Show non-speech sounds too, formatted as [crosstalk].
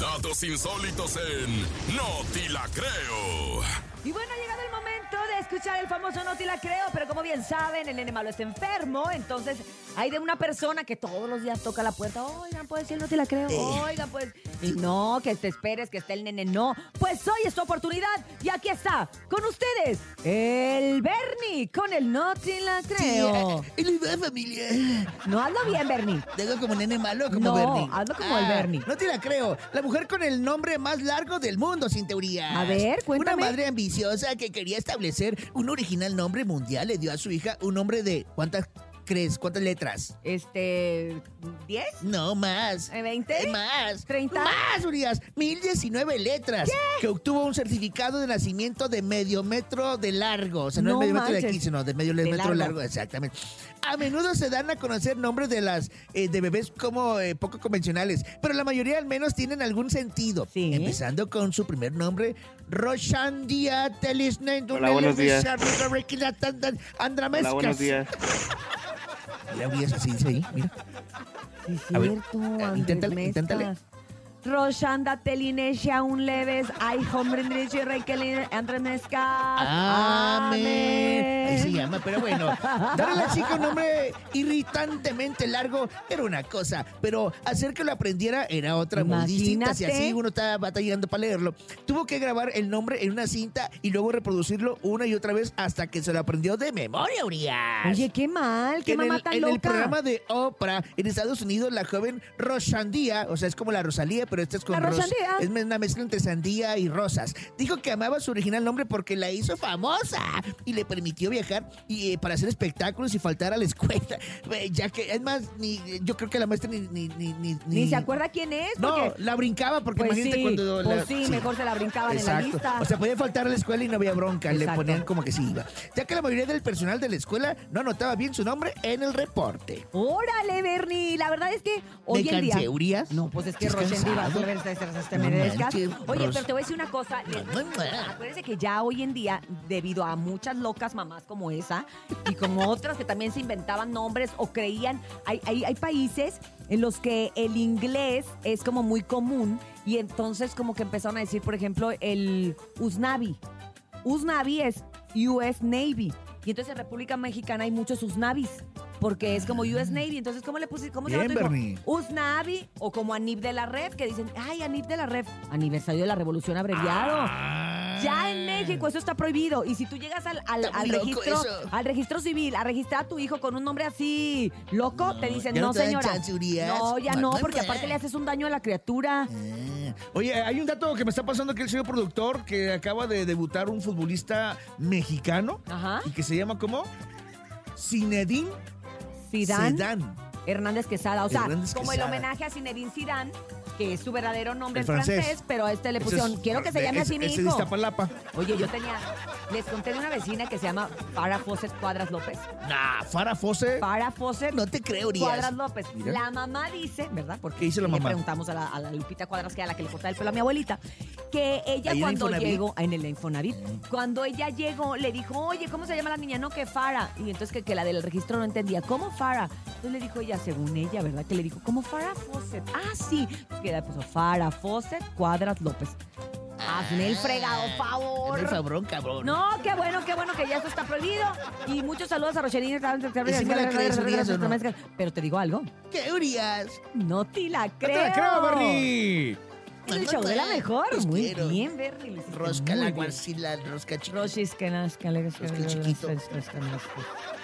Datos insólitos en No Te La Creo. Y bueno, ha llegado el momento de escuchar el famoso No te la creo, pero como bien saben, el nene malo está enfermo, entonces hay de una persona que todos los días toca la puerta, oigan, pues el no te la creo, oigan, pues... Y no, que te esperes, que esté el nene, no. Pues hoy es tu oportunidad y aquí está, con ustedes, el Bernie, con el No te la creo. Sí, eh, eh, familia. No, hazlo bien, Bernie. ¿Tengo como nene malo como No, Bernie? Ah, hazlo como el Bernie. No te la creo. La mujer con el nombre más largo del mundo, sin teoría. A ver, cuéntame. Una madre ambiciosa que quería establecer un original nombre mundial le dio a su hija un nombre de... ¿Cuántas crees? ¿Cuántas letras? Este, ¿10? No, más. Eh, ¿20? Eh, Más. ¿Treinta? Más, Urias. 1019 letras. Que obtuvo un certificado de nacimiento de medio metro de largo. O sea, No no, el medio metro de manches. aquí, sino de medio De metro largo. largo. exactamente. A menudo se dan a conocer nombres de las eh, de bebés como eh, poco convencionales, pero la mayoría al menos tienen algún sentido. Sí. Empezando con su primer nombre, Roshandia Telisnendun. Hola, buenos días. Andramescas. Hola, buenos días. Mira, Urias, así dice ahí, mira. Sí, A ver, cierto, eh, Andrés inténtale, Mezcla. inténtale. Roshanda Telinesia, un leves, ay, hombre, Andrés y Raquel, Andrés Mezcla. Amén. Ahí se Amén. llama, pero bueno. Darle a la chica un nombre irritantemente largo era una cosa, pero hacer que lo aprendiera era otra muy distinta. Si Imagínate. así uno estaba batallando para leerlo. Tuvo que grabar el nombre en una cinta y luego reproducirlo una y otra vez hasta que se lo aprendió de memoria, Urias. Oye, qué mal, qué en mamá el, tan en el loca. programa de Oprah en Estados Unidos, la joven Rosandía, o sea, es como la Rosalía, pero esta es con La ros- Rosandía. Es una mezcla entre sandía y rosas. Dijo que amaba su original nombre porque la hizo famosa y le permitió viajar y, eh, para hacer espectáculos y faltar a la escuela. [laughs] Eh, Ya que, es más, ni, yo creo que la maestra ni... Ni, ni, ni- Ni se acuerda quién es, No, porque... la brincaba porque pues imagínate sí, cuando... la- pues sí, sí. mejor se la brincaban en la Exacto. lista. O sea, podía faltar a la escuela y no había bronca, Exacto. le ponían como que sí iba. Ya que la mayoría del personal de la escuela no anotaba bien su nombre en el reporte. Órale, Bernie, la verdad es que hoy ¿Me en día... cansé, Urias? No, pues es que ¿Estás Roshendi va a cansado? volver a hacer esas No temerescas. manches, Oye, Ros- pero te voy a decir una cosa. les- Mamá, mamá. Acuérdense que ya hoy en día, debido a muchas locas mamás como esa y como otras que también se inventaban nombres o creían, hay, hay, hay países en los que el inglés es como muy común y entonces como que empezaron a decir, por ejemplo, el Usnavi. Usnavi es US Navy. Y entonces en República Mexicana hay muchos Usnavis. Porque es como US Navy. Entonces, ¿cómo le pusiste? ¿Cómo se llama Ah. Bien, tu hijo? Bernie. Usnavi o como Anib de la Red, que dicen, ay, Anib de la Red, aniversario de la Revolución abreviado. Ah. Ya en México eso está prohibido. Y si tú llegas al, al- Está muy al loco registro, eso. al registro civil a registrar a tu hijo con un nombre así loco, No, te dicen, ya no, no te dan señora. chance, Urias. no, ya Mamá, no, porque mamá. aparte le haces un daño a la criatura. Ah. Oye, hay un dato que me está pasando aquí el señor productor que acaba de debutar un futbolista mexicano Ajá. y que se llama como Zinedine Zidane, Zidane, Hernández Quesada. O sea, Hernández como el Quesada. homenaje a Zinedine Zidane, que es su verdadero nombre en El francés, francés. pero a este le Ese pusieron, es- quiero que se de- llame es- así mi ese de hijo. Iztapalapa. Oye, yo tenía, les conté de una vecina que se llama Para Fawcett Cuadras López. Nah, Farah Fawcett. Para Fawcett No te creo, Urias. Cuadras López. Mira. La mamá dice, ¿verdad? Porque ¿Qué dice la le mamá? preguntamos a la, a la Lupita Cuadras, que a la que le cortaba el pelo a mi abuelita, que ella ¿Ahí en cuando Infonavit? llegó, en el Infonavit, cuando ella llegó, le dijo, oye, ¿cómo se llama la niña? No, que Fara. Y entonces que, que la del registro no entendía, ¿cómo Fara? Entonces le dijo ella, según ella, ¿verdad? Que le dijo, ¿cómo Fara Fawcett? Ah, sí. Que le puso Fara Fawcett Cuadras López. Hazme el fregado, favor. Hazme el favorón, cabrón. No, qué bueno, qué bueno que ya eso está prohibido. Y muchos saludos a Rochelina. si me la crees, Urias, o no? Pero te digo algo, ¿Qué, Urias? no te la ¡No creo. te la creo, Bernie! Es el show de la mejor. Los Muy quiero. bien, Bernie. lo hiciste Rosca muy la bien. guarcila, rosca chiquita. Roshis que nazca, alegres que Rosca el chiquito. rosca el chiquito.